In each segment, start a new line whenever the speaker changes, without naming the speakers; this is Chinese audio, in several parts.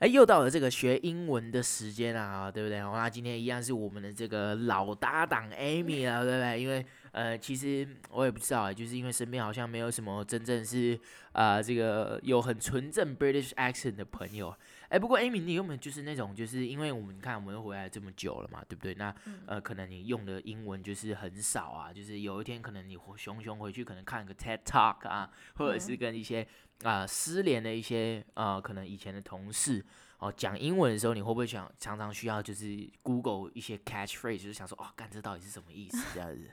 哎，又到了这个学英文的时间啊，对不对？那今天一样是我们的这个老搭档 Amy 啊，对不对？因为呃，其实我也不知道啊，就是因为身边好像没有什么真正是啊、呃这个有很纯正 British accent 的朋友。哎，不过 Amy，你有没有就是那种，就是因为我们看我们都回来这么久了嘛，对不对？那呃，可能你用的英文就是很少啊，就是有一天可能你回熊熊回去，可能看个 TED Talk 啊，或者是跟一些啊、失联的一些呃，可能以前的同事哦讲英文的时候，你会不会想常常需要就是 Google 一些 catchphrase，就是想说哦，干这到底是什么意思这样子？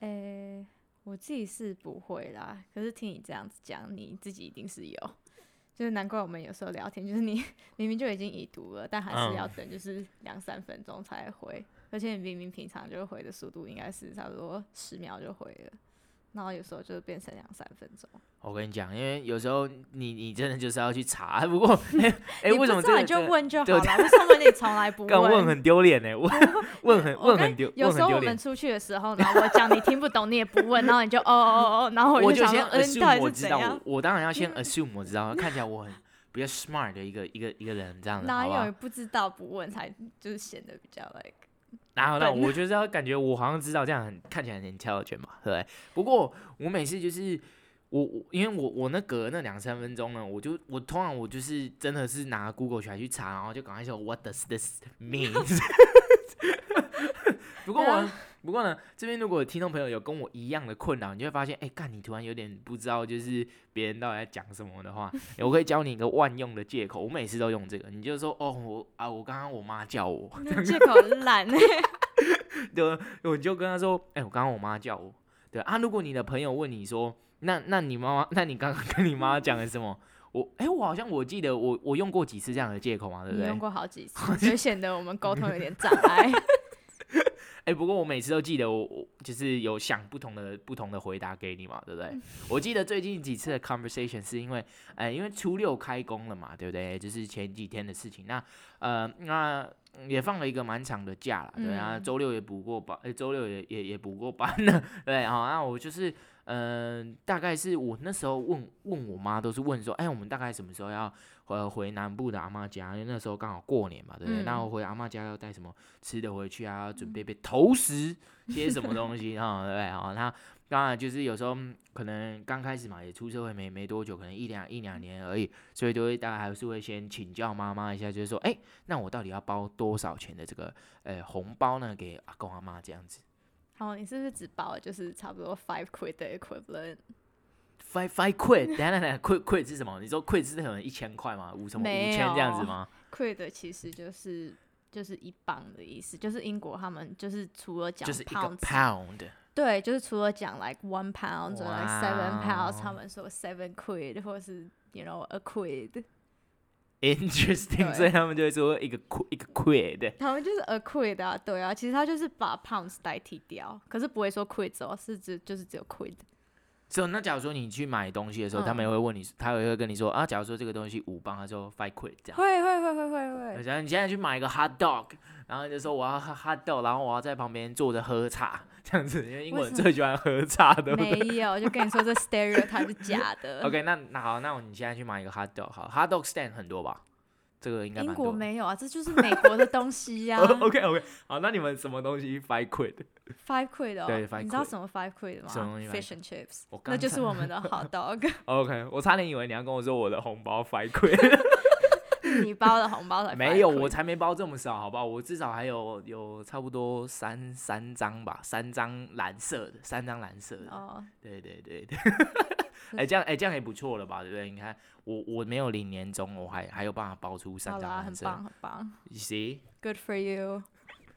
诶、我自己是不会啦，可是听你这样子讲，你自己一定是有，就是难怪我们有时候聊天，就是你明明就已经已读了，但还是
嗯
要等就是两三分钟才回，而且你明明平常就回的速度应该是差不多十秒就回了，然后有时候就变成两三分钟，
我跟你讲，因为有时候你你真的就是要去查，不过 哎哎，
你不
为什么
知
这
道
个
你就
这个
问就好
对
了？ 为什么你从来不
干问
问？
很丢脸呢，问 问很
我
问
跟
很丢，
有
问
时
很
候
丢
我们
脸。
出去的时候，然后我讲你听不懂，你也不问，然后你就哦哦哦，然后
我
就想
先
说，嗯、你到
assume
底
我
是
知
怎
道，
样
我？我当然要 先
因
assume 我知道，看起来我很比较 smart 的一个一个一个人这样子，
哪
好不好
有？不知道不问才就是显得比较 like
然后呢，
笨
我就是要感觉我好像知道，这样很看起来很 intelligent 嘛，对不对？不过我每次就是我我因为我我那隔那两三分钟呢，我就我通常我就是真的是拿 Google 起来去查，然后就赶快说 What does this mean？不过我不过呢，这边如果有听众朋友有跟我一样的困扰，你就会发现，哎、干你突然有点不知道，就是别人到底在讲什么的话，我可以教你一个万用的借口，我每次都用这个，你就说，哦，我啊，我刚刚我妈叫我，
那嗯借口很懒欸
对，我就跟他说，哎、我刚刚我妈叫我，对啊，如果你的朋友问你说，那那你妈妈，那你刚刚跟你妈讲了什么？我哎、我好像我记得我我用过几次这样的借口嘛，对不
你
对
用？过好 几次，所以显得我们沟通有点障碍。
哎、不过我每次都记得我我就是有想不同的不同的回答给你嘛，对不
嗯
对？我记得最近几次的 conversation 是因为，哎、因为初六开工了嘛，对不对？就是前几天的事情。那呃，那嗯也放了一个蛮长的假啦，对不对，
嗯
然后周六也补过班，哎、周六也也也补过班了，对不对，好，那我就是。嗯、大概是我那时候问问我妈，都是问说，哎、我们大概什么时候要呃回南部的阿妈家？因为那时候刚好过年嘛，对不对？
嗯
那我回阿妈家要带什么吃的回去啊？准备被投食些什么东西啊、对不对？好，那当然就是有时候嗯可能刚开始嘛，也出社会没没多久，可能一两一两年而已，所以都会大家还是会先请教妈妈一下，就是说，哎、那我到底要包多少钱的这个呃红包呢？给阿公阿妈这样子
好，哦你是不是只报了就是差不多 five quid 的 equivalent？
，five five quid，等一下等一下，quid quid 是什么？你说 quid 是可能一千块吗？五什么五
没
千这样子
有
吗？
quid 其实就是就是一磅的意思，就是英国他们就是除了讲
就是一个
pounds，
pound，
对，就是除了讲 like one pound or like seven
哇哦
pounds，他们说 seven quid 或者是 you know a quid，
Interesting，
对
所以他们就会说一个 qu 一个 quid，
他们就是 a quid 啊，对啊，其实他就是把 pounds 代替掉，可是不会说 quid 哦，是指就是只有 quid。
所以那假如说你去买东西的时候，
嗯
他们也会问你，他也会跟你说啊，假如说这个东西五磅，他说 five quid 这样。
会会会会会会，
然后你现在去买一个 hot dog，然后你就说我要 hot dog，然后我要在旁边坐着喝茶这样子，因为英国人
为什么
最喜欢喝茶， 对不对
没有，就跟你说这 stereotype 是假 的。
？OK，那那好，那我你现在去买一个 hot dog，好，hot dog stand 很多吧？这个应该
英
蛮
国
多。
没有啊，这就是美国的东西呀、
OK OK，好，那你们什么东西 five quid？
Five quid 哦，
对，five
你知道
quid
什么 five quid 吗
什么东西 five
？Fish and chips，
我刚
那就是
才
我们的 hot dog，
OK，我差点以为你要跟我说我的红包 five quid。
你包的红包才 five
没有，
quid
我才没包这么少，好不好？我至少还有有差不多三三张吧，三张蓝色的，三张蓝色的。
哦，
对对对 对。哎、这样哎、这样也不错了吧，对不对？你看我我没有领年终，我还还有办法包出三
好
张
啦，
蓝
很
色
棒。很棒
You see，
，Good for you，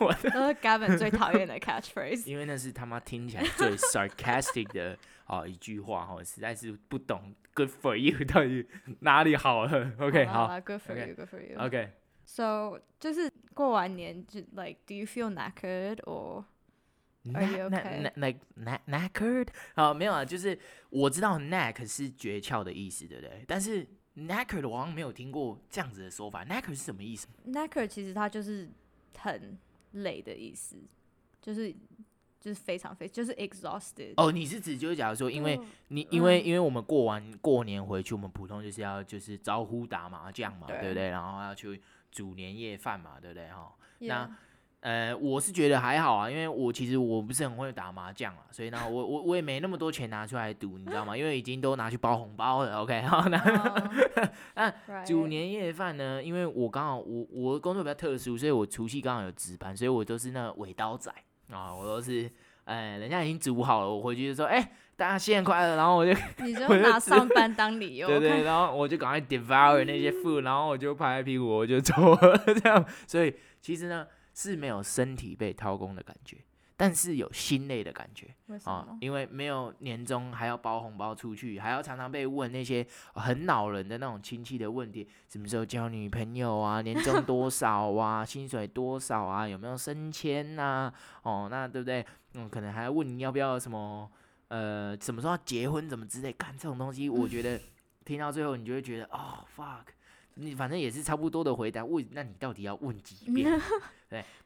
我
这是 Gavin 最讨厌的 catchphrase。
因为那是他妈听起来最 sarcastic 的哦一句话哦，实在是不懂 good for you 到底哪里好了。OK，
好啦
好
啦，Good for
OK
you，Good for you。
，OK，
So 就是过完年就 like do you feel knackered or Are you okay?
knack like knack knackered？啊，没有啊，就是我知道 knack 是诀窍的意思，对不对？但是 knackered 我好像没有听过这样子的说法。knackered 是什么意思？
knackered？其实它就是很累的意思，就是就是非常非就是 exhausted。
哦，你是指就是假如说，因为
嗯哦
你因为因为我们过完过年回去，我们普通就是要就是招呼打麻将嘛，
对
对不对？然后要去煮年夜饭嘛，对不对？哈，那
Yeah，
呃，我是觉得还好啊，因为我其实我不是很会打麻将啊，所以呢，我我我也没那么多钱拿出来赌，你知道吗？因为已经都拿去包红包了，OK 好，那
哦 那
煮啊年夜饭呢，因为我刚好我我的工作比较特殊，所以我除夕刚好有值班，所以我都是那个尾刀仔啊，我都是哎、人家已经煮好了，我回去就说哎、大家新年快乐，然后我就
你就
我就
拿
只
上班当理由，
对
看
对，然后我就赶快 devour 那些 food，然后我就拍拍屁股我就走了 这样，所以其实呢是没有身体被掏空的感觉，但是有心累的感觉。
为什
啊
么，？
因为没有年终，还要包红包出去，还要常常被问那些很恼人的那种亲戚的问题，什么时候交女朋友啊？年终多少啊？薪水多少啊？有没有升迁呐、哦，那对不对？嗯，可能还要问你要不要什么，呃，什么时候要结婚，怎么之类。看这种东西，我觉 得听到最后，你就会觉得，哦，fuck，你反正也是差不多的回答。问，那你到底要问几遍？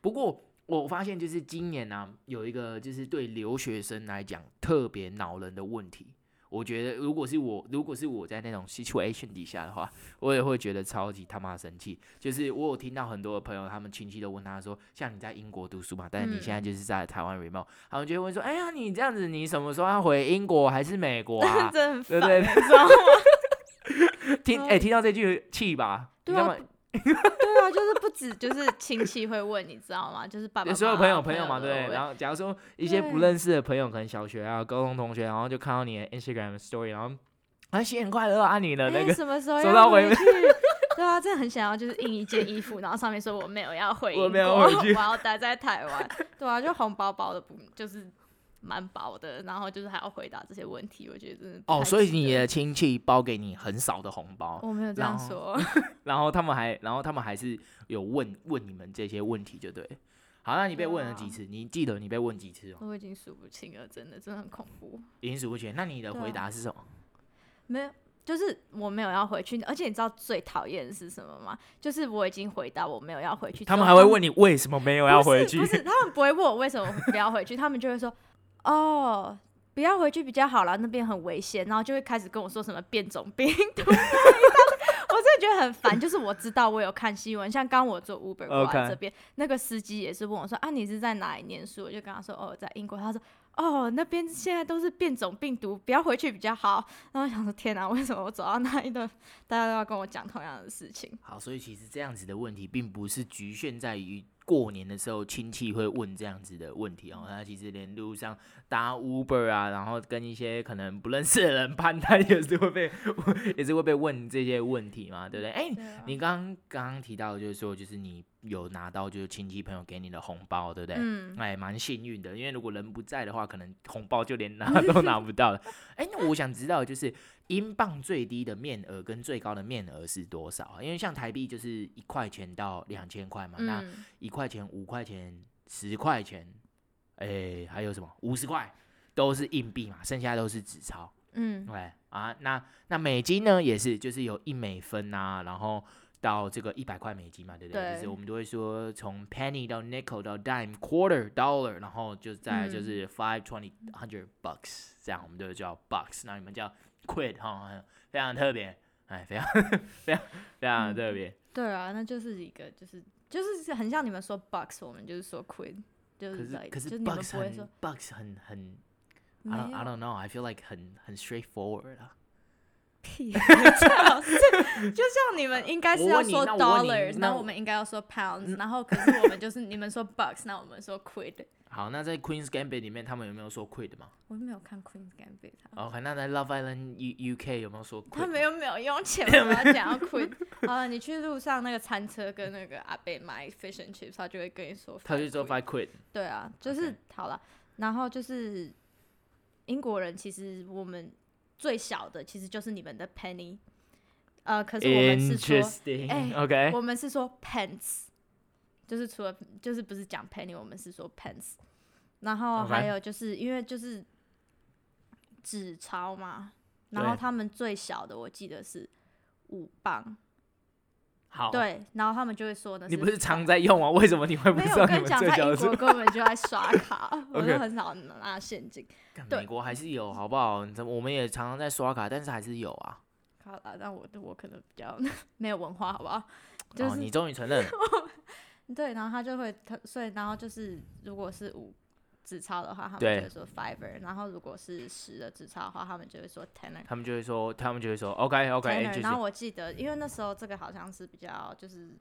不过我发现，就是今年呢、有一个就是对留学生来讲特别恼人的问题。我觉得，如果是我，如果是我在那种 situation 底下的话，我也会觉得超级他妈生气。就是我有听到很多的朋友，他们亲戚都问他说，像你在英国读书嘛，但是你现在就是在台湾 remote，、他们就会问说，哎呀，你这样子，你什么时候要回英国还是美国 啊？
真的很
对
烦
不，对？
你知道吗？
听，哎、听到这句气吧，你
对
知道
啊
吗？
对啊，就是不止就是亲戚会问，你知道吗？就是爸爸、
所有
朋
朋友朋友嘛，
都
对。
会
然后假如 说一些不
对
认识的朋友，可能小学啊、高中同学，然后就看到你的 Instagram story，然后啊新年快乐啊你的
哎
那 个，
什么时候
收
要
到回
回去？ 对啊，真的很想要，就是印一件衣服，然后上面说我没有要回英
我
国，
没有回去
我要待在台湾。对啊，就红包包的不就是蛮薄的，然后就是还要回答这些问题，我觉得真的不
哦，
太
所以
值
你
得
的亲戚包给你很少的红包，
我没有这样
然后
说，
然后他们还然后他们还是有问问你们这些问题，就对。好，那你被
对
问了
啊
几次？你记得你被问几次哦？
我已经数不清了，真的真的很恐怖。
已经数不清。那你的
对啊
回答是什么？
没有，就是我没有要回去，而且你知道最讨厌的是什么吗？就是我已经回答我没有要回去之
他
后，
们还会问你为什么没有要
不
回
是
去
不？是，他们不会问我为什么不要回去，他们就会说哦。不要回去比较好啦，那边很危险，然后就会开始跟我说什么变种病 毒我真的觉得很烦。就是我知道我有看新闻，像刚我做 Uber 过
OK
来这边那个司机也是问我说啊，你是在哪里念书？我就跟他说哦，在英国。他说哦，那边现在都是变种病毒，不要回去比较好。然后我想说天哪，为什么我走到那里的大家都要跟我讲同样的事情？
好，所以其实这样子的问题，并不是局限在于过年的时候亲戚会问这样子的问题哦。那其实连路上搭 Uber 啊，然后跟一些可能不认识的人攀谈， 也是会被也是会被问这些问题嘛，对不对？哎、
对啊
你刚刚刚提到就是说，就是你有拿到就是亲戚朋友给你的红包，对不对？
嗯，
哎，蛮幸运的，因为如果人不在的话，可能红包就连拿 都拿不到了。哎，那我想知道，就是英镑最低的面额跟最高的面额是多少啊？因为像台币就是一块钱到两千块嘛，那
嗯
一块钱、五块钱、十块钱，哎，还有什么五十块，都是硬币嘛，剩下都是纸钞。
嗯，
对啊，那那美金呢也是，就是有一美分啊，然后到这个一百块美金嘛，对不对？就是
对
我们都会说从 penny 到 nickel 到 dime quarter dollar，然后就再就
嗯
是 five twenty hundred bucks 这样，我们都叫 bucks，那你们叫 quid 哈，非常特别，哎，非常非常非常特别。
对啊，那就是一个就是就是很像你们说 box，我们就是说 queen，就
可
是
是
like-
可
就是你们
bucks
不会说
很啊 bucks 很很 I
没
don't I
有
don't know，I feel like 很很 straightforward 啊。
屁， 就是就像你们应该是
啊我
要
问你
说
那我问你那
dollars，
嗯
然后
我
我们应该要说 pounds，然后可是我们就是你们说 box，那我们说 quid。
好，那在 Queen's Gambit 里面，他们有没有说 quid 吗？
我没有看 Queen Gambit，他
OK，那在 Love Island U UK 有没有说 quit？
他们又没有用钱，我要讲 要 quid。好了，你去路上那个餐车跟那个阿贝买 fish and chips，他就会跟你说 quid，
他就说 if I quit，
对啊，就是
OK
好了，然后就是英国人，其实我们最小的其实就是你们的 penny，呃，可是我们是说，哎
OK，
我们是说 pence，就是除了就是不是讲 penny，我们是说 pence，然后
OK
还有就是因为就是纸钞嘛，然后
对
他们最小的我记得是五磅，
好，
对，然后他们就会说呢，
你不是常在用吗？为什么你会不
没
知
有，
道
我
你
跟
们
你讲，
这
在
叫
英
做
国？根本就在刷卡， 我
OK
都很少拿现金。
干
对
美国还是有好不好？怎么我们也常常在刷卡，但是还是有啊。
好了，但我我可能比较 没有文化，好不好？就
哦，
是
你终于承认了，
对，然后他就会，他所以然后就是，如果是五纸钞的话，他们
对
就会说 fiver，然后如果是十的纸钞的话，他们就会说 tenner。
他们就会说，他们就会说，OK OK，哎
tenner，
就
然后
是
我记得，因为那时候这个好像是比较就是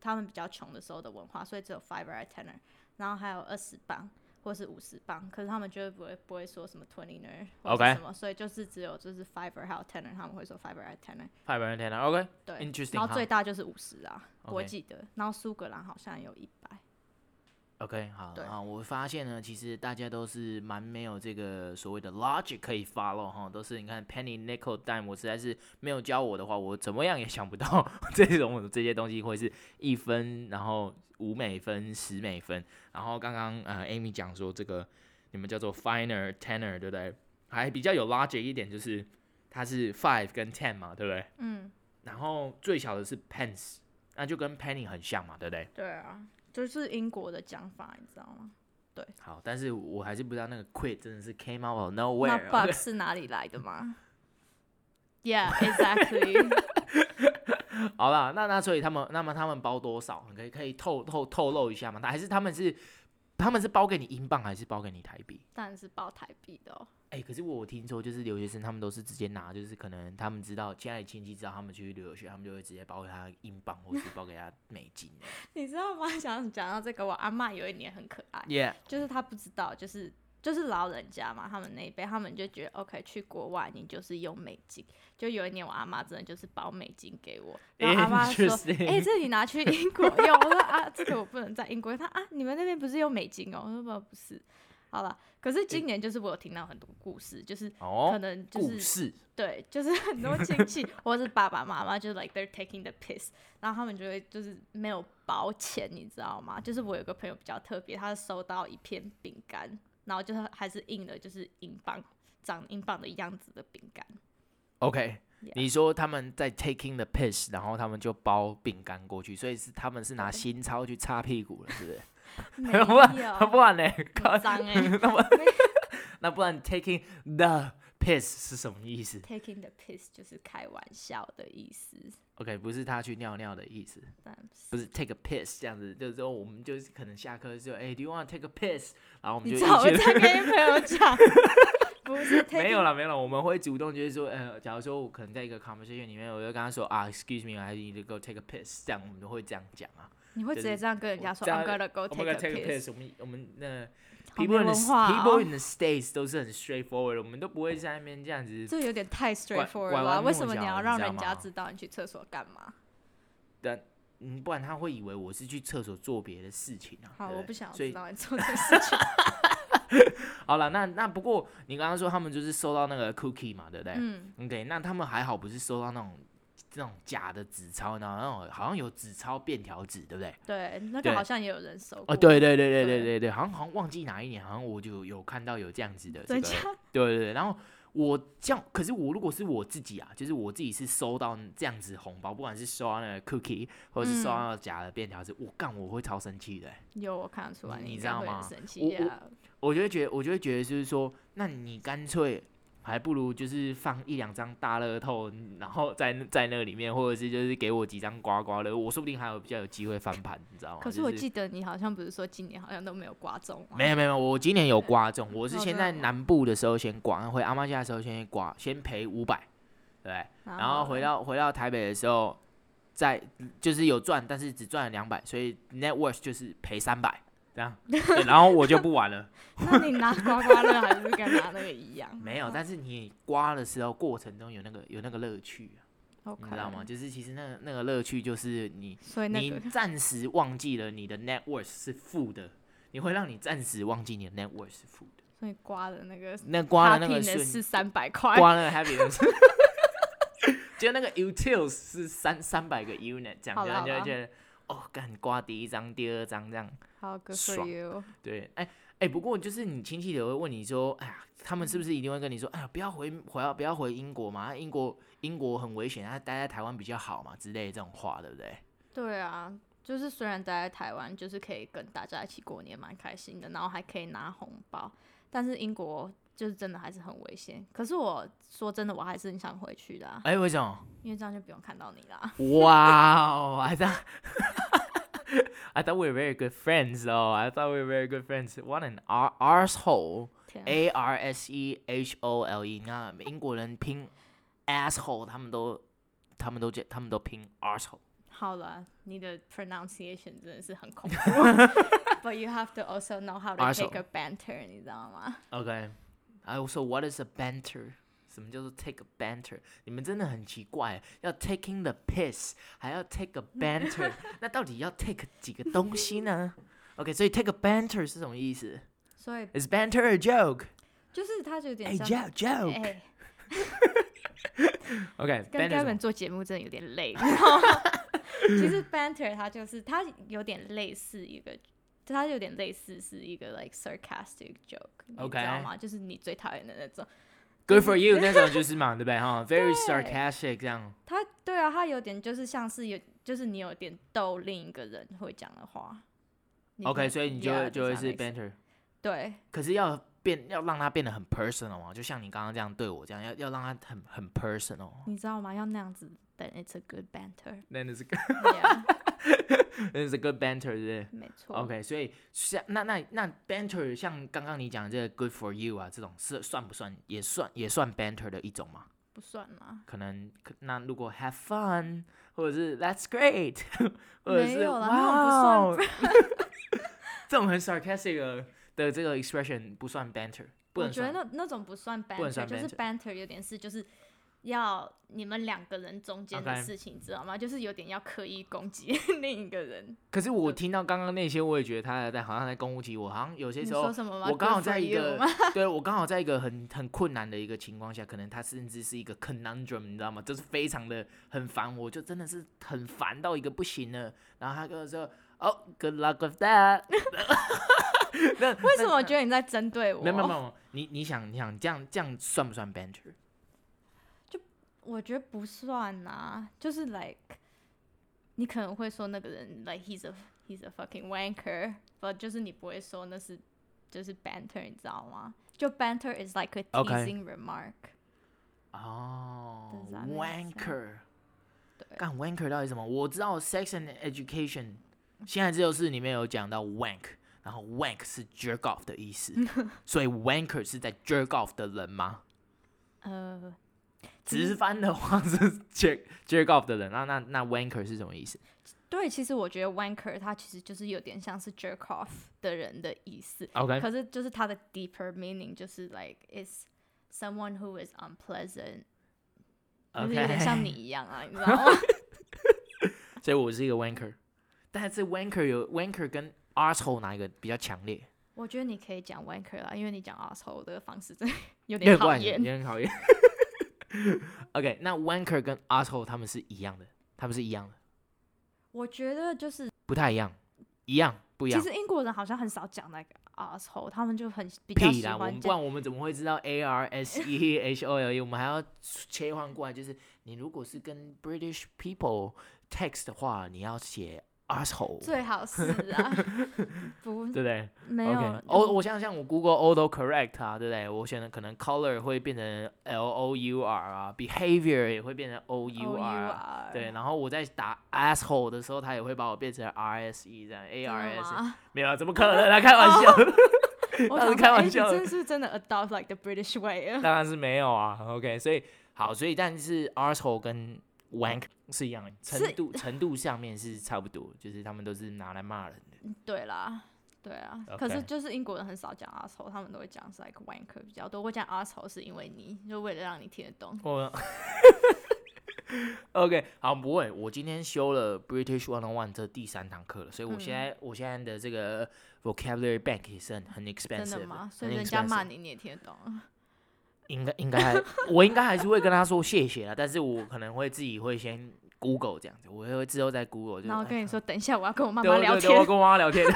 他们比较穷的时候的文化，所以只有 fiver 和 tenner，然后还有二十磅或是五十磅，可是他们就不会不会说什么 twentyner 或
OK
者什么所以就是只有就是 fiver 还有 tenner，他们会说 fiver 和 tenner，
派白人天堂，OK，
对
Interesting，
然
哈
后最大就是五十啊
OK
我记得，然后苏格兰好像有一百，
OK，好
对
啊，我发现呢，其实大家都是蛮没有这个所谓的 logic 可以 follow 哈，都是你看 penny nickel dime，我实在是没有教我的话，我怎么样也想不到 这种这些东西会是一分，然后五美分、十美分，然后刚刚呃 Amy 讲说这个你们叫做 finer tenor 对不对？还比较有 logic 一点就是它是 five 跟 ten 嘛，对不对？
嗯，
然后最小的是 pence，那就跟 penny 很像嘛，对不对？
对啊，就是英国的讲法，你知道吗？
好，但是我还是不知道那个 quit 真的是 came out of
那
nowhere。
bug 是哪里来的 吗？Yeah, exactly.
好啦，那那所以他们，那么他们包多少？你可以可以透透透露一下吗？那还是他们是他们是包给你英镑，还是包给你台币？
当然是报台币的哦。
哎、可是我听说，就是留学生他们都是直接拿，就是可能他们知道家里亲戚知道他们去留学，他们就会直接包给他英镑，或是包给他美金。
你知道吗？想讲到这个，我阿嬷有一年很可爱，
yeah，
就是她不知道，就是就是老人家嘛，他们那一辈，他们就觉得 OK，去国外你就是用美金。就有一年我阿妈真的就是包美金给我，然后阿妈说：“
Interesting
哎、这你拿去 英国用。”我说：“啊，这个我不能在英国。”她啊，你们那边不是用美金哦？我说：“不，不是。”好了，可是今年就是我有听到很多故事，就是可
哦，
能就
故
是
事
对，就是很多 亲戚或者是爸爸妈妈，就是 like they're taking the piss，然后他们就会就是没有保险，你知道吗？就是我有个朋友比较特别，他收到一片饼干，然后就是还是印的就是英镑长英镑的样子的饼 干，
OK。
Yeah
你说他们在 taking the piss，然后他们就包饼干过去，所以是他们是拿
对
新钞去擦屁股了，是不 是？
没有，
不然啊不然
很
呢？靠
脏哎、欸、
那不那不然 taking the piss 是什么意思
，taking the piss 就是开玩笑的意思，
？OK，不是他去尿尿的意思，
但
不是 take a piss 这样子，就是说我们就是可能下课就哎、d o you want to take a piss？然后我们
你
就
知道我
一起
在跟朋友 讲，不是 taking
没有了，没有了，我们会主动就是说，呃，假如说我可能在一个 conversation 里面，我就跟他说啊，excuse me，I need to go take a piss，这样我们都会这样讲啊。
你会直接这样跟人家说
这样
I'm gonna go
Oh my
take a
god，take a piss，
piss，
我们我们那
好没
people in the
文化、哦。
people in the states 都是很 straightforward，的我们都不会在那边这样子
这有点太 straightforward
拐
了吧。
弯
为
抹
什么
角
你要
你
让
知道
人家
吗
知道你去厕所干嘛？
嗯，不然他会以为我是去厕所做别的事情啊。
好，
对不
我
对
不想
所
知
以
道你做这个事 情。
好了，那那不过你刚刚说他们就是收到那个 cookie 嘛，对不对、
嗯，
o k 那他们还好不是收到那种那种假的纸钞，然后那种好像有纸钞便条纸，对不对？
对，那
对
个好像也有人收过。
哦，对对对对对
对
对对，好像好像忘记哪一年，好像我就有看到有这样子的这
真
个，
假，
对对对，然后。我这样，可是我如果是我自己啊，就是我自己是收到这样子红包，不管是收到那个 cookie，或者是收
嗯
到那个假的便条纸，我干我会超生气的欸、
有我看得出来，
你
应
知
该
道
会
吗
很生气
我我
呀。
我就会觉得，我就会觉得，就是说，那你干脆还不如就是放一两张大乐透，然后在那在那里面，或者是就是给我几张刮刮乐，我说不定还有比较有机会翻盘，你知道吗？
可
哦就是
我记得你好像不是说今年好像都没有刮中啊吗？
没有没有，没有我今年有刮中，我是
哦
先
真的
在
吗
南部的时候先刮，回阿妈家的时候先刮，先赔五百，对不对，
哦
然后回
呢
到回到台北的时候，在就是有赚，但是只赚了两百，所以 net worth 就是赔三百，这 样，对然后我就不玩了。？
那你拿刮刮乐还不是跟拿那个一样
没有，但是你刮的时候过程中有那个有那个乐趣啊、
OK，
你知道吗？？就是其实那个那个乐趣就是你
所以那
你
个
暂时忘记了你的 net worth 是负的，你会让你暂时忘记你的 net worth 是负的。
所以刮的那个
那 刮的那个
happiness
瞬
是三百块，
刮 了 happiness，就那个 utils 是三三百个 unit 这样，
好啦
然后就
好
会
啦
觉得哦，干刮第一张、第二张这样，
好 good
爽
for you。
对，哎、哎、不过就是你亲戚也会问你说，哎呀，他们是不是一定会跟你说，哎呀，不要回回不要回英国嘛，啊英国英国很危险，他待在台湾比较好嘛之类的这种话，对不对？
对啊，就是虽然待在台湾，就是可以跟大家一起过年，蛮开心的，然后还可以拿红包，但是英国就是真的还是很危险。可是我说真的，我还是很想回去的、啊，
哎、为什么？
因为这样就不用看到你啦。
Wow, I thought I thought we were very good friends though. I thought we were very good friends. What an ar- arsehole.
天啊，
A R S E H O L E. 那英国人拼 asshole，他们都他们都叫他们都拼 arsehole。
好了，你的 pronunciation 真的是很 恐怖 ，but you have to also know how to
二手
take a banter，你知道吗？
Okay. I also what is a banter？什么叫做 take a banter？你们真的很奇怪，要 taking the piss，还要 take a banter，那到底要 take 几个东西呢？OK，所以 take a banter 是什么意思？
所以
Is banter a joke?
就是他就有点
哎
像，
，joke joke.
哎
OK，
跟根
banter
本做节目真的有点累，你知 道吗？其实 banter 它就是它有点类似一个，它有点类似是一个 like sarcastic joke，你知
OK
道吗？就是你最讨厌的那种。
good for you 那种就是嘛，对不对哈？Very
对
sarcastic 这样。
它对啊，它有点就是像是有，就是你有点逗另一个人会讲的话。你
OK，
可
所以你就
yeah，
会就会
这样
是
类似
banter，
对
可是要变要让它变得很 personal 啊嘛，就像你刚刚这样对我这样，要要让它很很 personal。。
你知道吗？要那样子，then it's a good banter
Then it's a good,
Yeah，
then it's a good banter，对不对
没错。
？OK，所以像那那那 banter，像刚刚你讲的这个 good for you 啊，这种是算不算也算也算 banter 的一种嘛？
不算啦。
可能可那如果 have fun，或者是 that's great，或 者
没
是
有啦
哇
那
哦， 这种很 sarcastic 的的这个 expression 不算 banter，不
我
能
觉得
算。
那那种不算 banter，
不能算
就是 banter 有点是就是要你们两个人中间的
OK
事情你知道吗？就是有点要刻意攻击 另一个人。
可是我听到刚刚那些，我也觉得他在好像在攻击我，好像有些
你
时
说
候。
什么吗？
哦我刚好
Good for
在一
you
个
吗，
对我刚好在一个很很困难的一个情况下，可能他甚至是一个 conundrum，你知道吗？就是非常的很烦，我就真的是很烦到一个不行了。然后他跟我说，哦、g o o d luck with that 那。那
为什么我觉得你在针对我？
没有没有没有，你你想你想这样这样算不算 banter？
我觉得不算啊，就是 like 你可能会说那个人 like he's a he's a fucking wanker，but 就是你不会说那是就是 banter，你知道吗？就 banter is like a
OK
teasing remark。
哦
Does that make
，wanker，
对
干 wanker 到底什么？我知道 Sex and Education 现在这就是里面有讲到 wank，然后 wank 是 jerk off 的意 思，所以 wanker 是在 jerk off 的人吗？
呃，
直翻的话是 jerk jerk off 的人，那那那 wanker 是什么意思？
对，其实我觉得 wanker 它其实就是有点像是 jerk off 的人的意思，
OK，
可是就是它的 deeper meaning 就是 like is someone who is unpleasant，就是有点像你一样啊，你知道吗？
所以我是一个 wanker，但是 wanker 有 wanker 跟 asshole 哪一个比较强烈？
我觉得你可以讲 wanker 啦，因为你讲 asshole 的方式真的
有
有点
点
讨
怪你，有
厌。
点讨厌。OK，那 wanker 跟 asshole 他们是一样的，他们是一样的，
我觉得就是，
不太一样，一样不一
其
样。
实英国人好像很少讲那个 asshole，他们就很比较
屁
喜
啦，我
欢
们不
讲。
然我们怎么会知道 A R S E H O L E？我们还要切换过来，就是你如果是跟 British people text 的话，你要写 asshole，对
最好是 啊，不
不对
没有
？OK，我哦我想想，我 Google auto correct 啊，对不对？我选的可能 color 会变成 L O U R 啊，behavior 也会变成 O U
O U
R 啊。
R
对，然后我在打 asshole 的时候，他也会把我变成 R S E 这样 A
真
R
的
S，E
吗
没有啊，怎么可能啊？开玩笑，
我
那
想
是开
说
玩
诶你
笑的
真的是真的 adopt like the British way 啊。
当然是没有啊。OK，所以好，所以但是 asshole 跟 wank 是一样的，程
是
度程度上面是差不多，就是他们都是拿来骂人的。
对啦，对啊。可
OK
是就是英国人很少讲 asshole，他们都会讲是 like wanker 比较多。我讲 asshole 是因为你，就为了让你听得懂。
我 OK，好，不会，我今天修了 British One on One 这第三堂课了，所以我现在、我现在的这个 vocabulary bank 也是很很 expensive，
嗯真的吗？所以
很
人家
expensive
骂你，你也听得懂。
应该应该还我应该还是会跟他说谢谢啊，但是我可能会自己会先 Google 这样子，我会之后再 Google 就是。
啊然后
哎
跟你说，等一下我要跟我妈
对
妈
我
聊
对对我
天。
跟我妈聊天。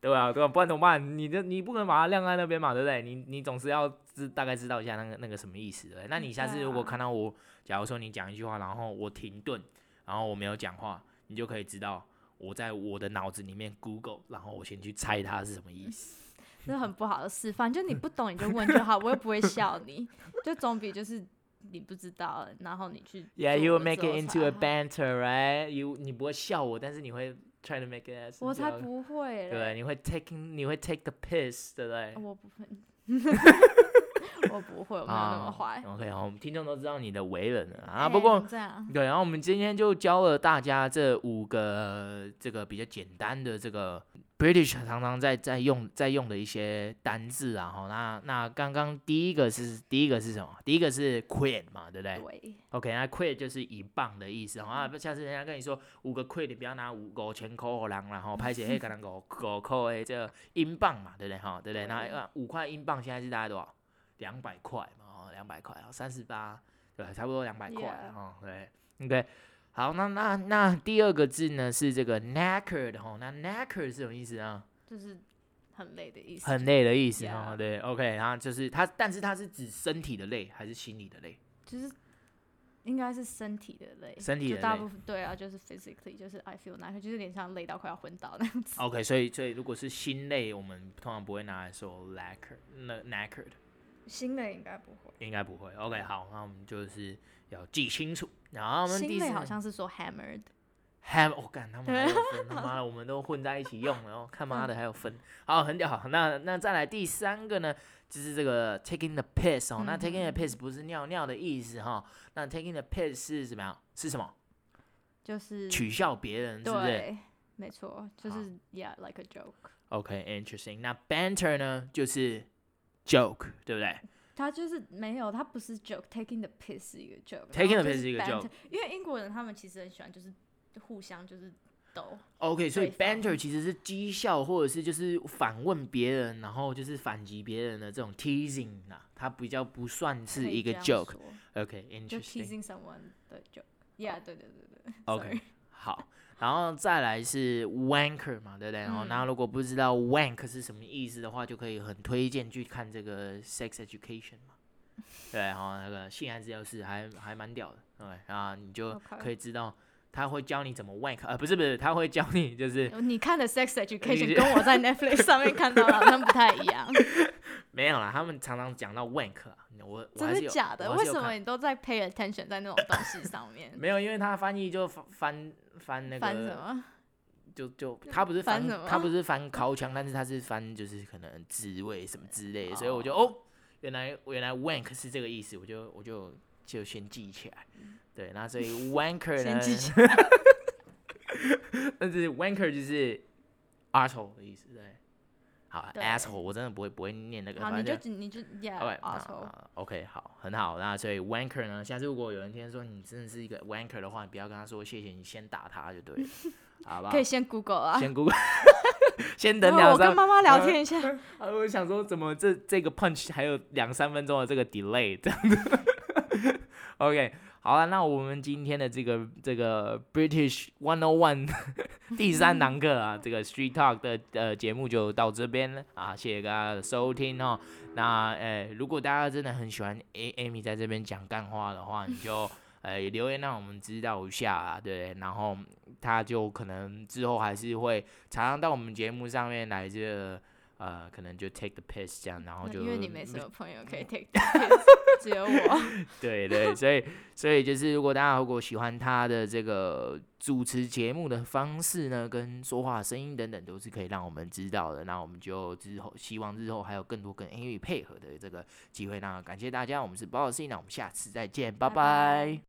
对啊，对啊，不然怎么办？你的你不可能把它晾在那边嘛，对不对？你你总是要知大概知道一下那个那个什么意思，对不对？那你下次如果
对啊
看到我，假如说你讲一句话，然后我停顿，然后我没有讲话，你就可以知道我在我的脑子里面 Google，然后我先去猜它是什么意思。
这是很不好的示范。就你不懂你就问就好，我又不会笑 你，就总比就是你不知道，然后你去
Yeah,
做
you will
了
make
之
it
后
into a
才好
banter, right? You 你不会笑我，但是你会 try to make it as a
我才
joke
不会
对不对？
嘞，
你会 taking，你会 take the piss，对不对？
我不 会，我不会，我没有那么
啊
坏。
OK，好，我们听众都知道你的为人了啊。
哎
不过
怎么这样，
对，然后我们今天就教了大家这五个这个比较简单的这个 British 常常在在用在用的一些单字啊。哈，那那刚刚第一个是第一个是什么？第一个是 quid 嘛，对不对
对，
？OK，那 quid 就是一磅的意
嗯
思哈。啊，下次人家跟你说五个 quid，你不要拿五五千块给人啦，吼，哦 拍写迄个人五五块的这个英镑嘛，对不对？哈，对不对？那
对
呃五块英镑现在是大概多少？两百块嘛，哦，两百块，三十八，对吧，差不多两百块
Yeah
哦，对，OK。好，那那那第二个字呢是这个 knackered 哈，那 knackered 是什么意思啊？
就是很累的意思，
很累的意思
Yeah
哈，对，OK，然后就是它，但是它是指身体的累还是心理的累？
就是应该是身体的累，
身体
就
的
大
累
部分对啊，就是 physically，就是 I feel 那个，就是有点像累到快要昏倒那样子。
OK，所以所以如果是心累，我们通常不会拿来说 lacquer，那 knackered
心累应该不会，
应该不会。OK，好，那我们就是要记清楚。然后我们第
心累
四
好像是说 hammered，
have，我、干他们还有分，他妈的我们都混在一起用了，哦，看妈
嗯
的还有分，好很屌。那那再来第三个呢，就是这个 taking the piss 哦，那
嗯
taking the piss 不是尿尿的意思哈、那 taking the piss 是怎么样？是什么？
就是
取笑别人是不是
对，没错，就
好
是 yeah like a joke，
？OK，interesting、那 banter 呢，就是 joke，对不对？
他就是没有，他不是 joke，taking the piss 是一个 joke，然
Taking
后
the
就
piss 是一个
banter，
joke
因为英国人他们其实很喜欢就是互相就是逗，
OK，所以
对方
banter 其实是讥笑或者是就是反问别人，然后就是反击别人的这种 teasing 啊，它比较不算
可
是
以
一个
这样
joke。
说就
OK，interesting。
teasing someone 的 joke，yeah 对对对对
OK，好，然后再来是 wanker 嘛，对不对？然后、那如果不知道 wank 是什么意思的话，就可以很推荐去看这个 Sex Education 嘛，对，然后那个性爱治疗师还还蛮屌的，对，然后你就
OK
可以知道他会教你怎么 wank，呃，不是不是，他会教你就是
有你看的 Sex
你
Education 跟我在 Netflix 上面看到 的好像不太一样，
没有啦，他们常常讲到 wank，、啊、我我还是
真的
有
假的？
我还
为
是有
什
看
么你都在 pay attention 在那种东西上 面？
没有？因为他翻译就翻翻翻那个，
翻什么？
就就他不是
翻
翻
什么
他不是翻靠墙，但是他是翻就是可能职位什么之类的，所以我就
哦
哦，原来原来 wank 是这个意思，我就我就就先记起来。对，那所 以 wanker
先
呢
记，起
但是 wanker 就是 asshole 的意思，对。好
对
，asshole 我真的不会不会念那个，
好，
反
你就
正
只你就
OK，
yeah，
那
asshole
那 OK，好，很好。那所以 wanker 呢，下次如果有人天说你真的是一个 wanker 的话，你不要跟他说谢谢，你先打他就对了，好吧
可？以先 Google 啊。
先 Google，先等
然后
两
我跟
三。
妈妈聊天一 下，
啊我想说，怎么这这个 punch 还有两三分钟的这个 delay 这样子 ？OK，好了，那我们今天的这个这个 British One O One 第三堂课
嗯
啊，这个 Street Talk 的呃节目就到这边了啊，谢谢大家的收听哦。那呃，如果大家真的很喜欢 A Amy 在这边讲干话的话，你就呃留言让我们知道一下啊，对，然后他就可能之后还是会常常到我们节目上面来这个呃，可能就 take the piss 这样，然后
那
就
因为你没什么朋友可以 take，the piss，只有我。
对对，所以所以就是，如果大家如果喜欢他的这个主持节目的方式呢，跟说话声音等等，都是可以让我们知道的。那我们就之后希望日后还有更多跟英语配合的这个机会。那感谢大家，我们是保尔 C，那我们下次再见，拜
拜
拜
拜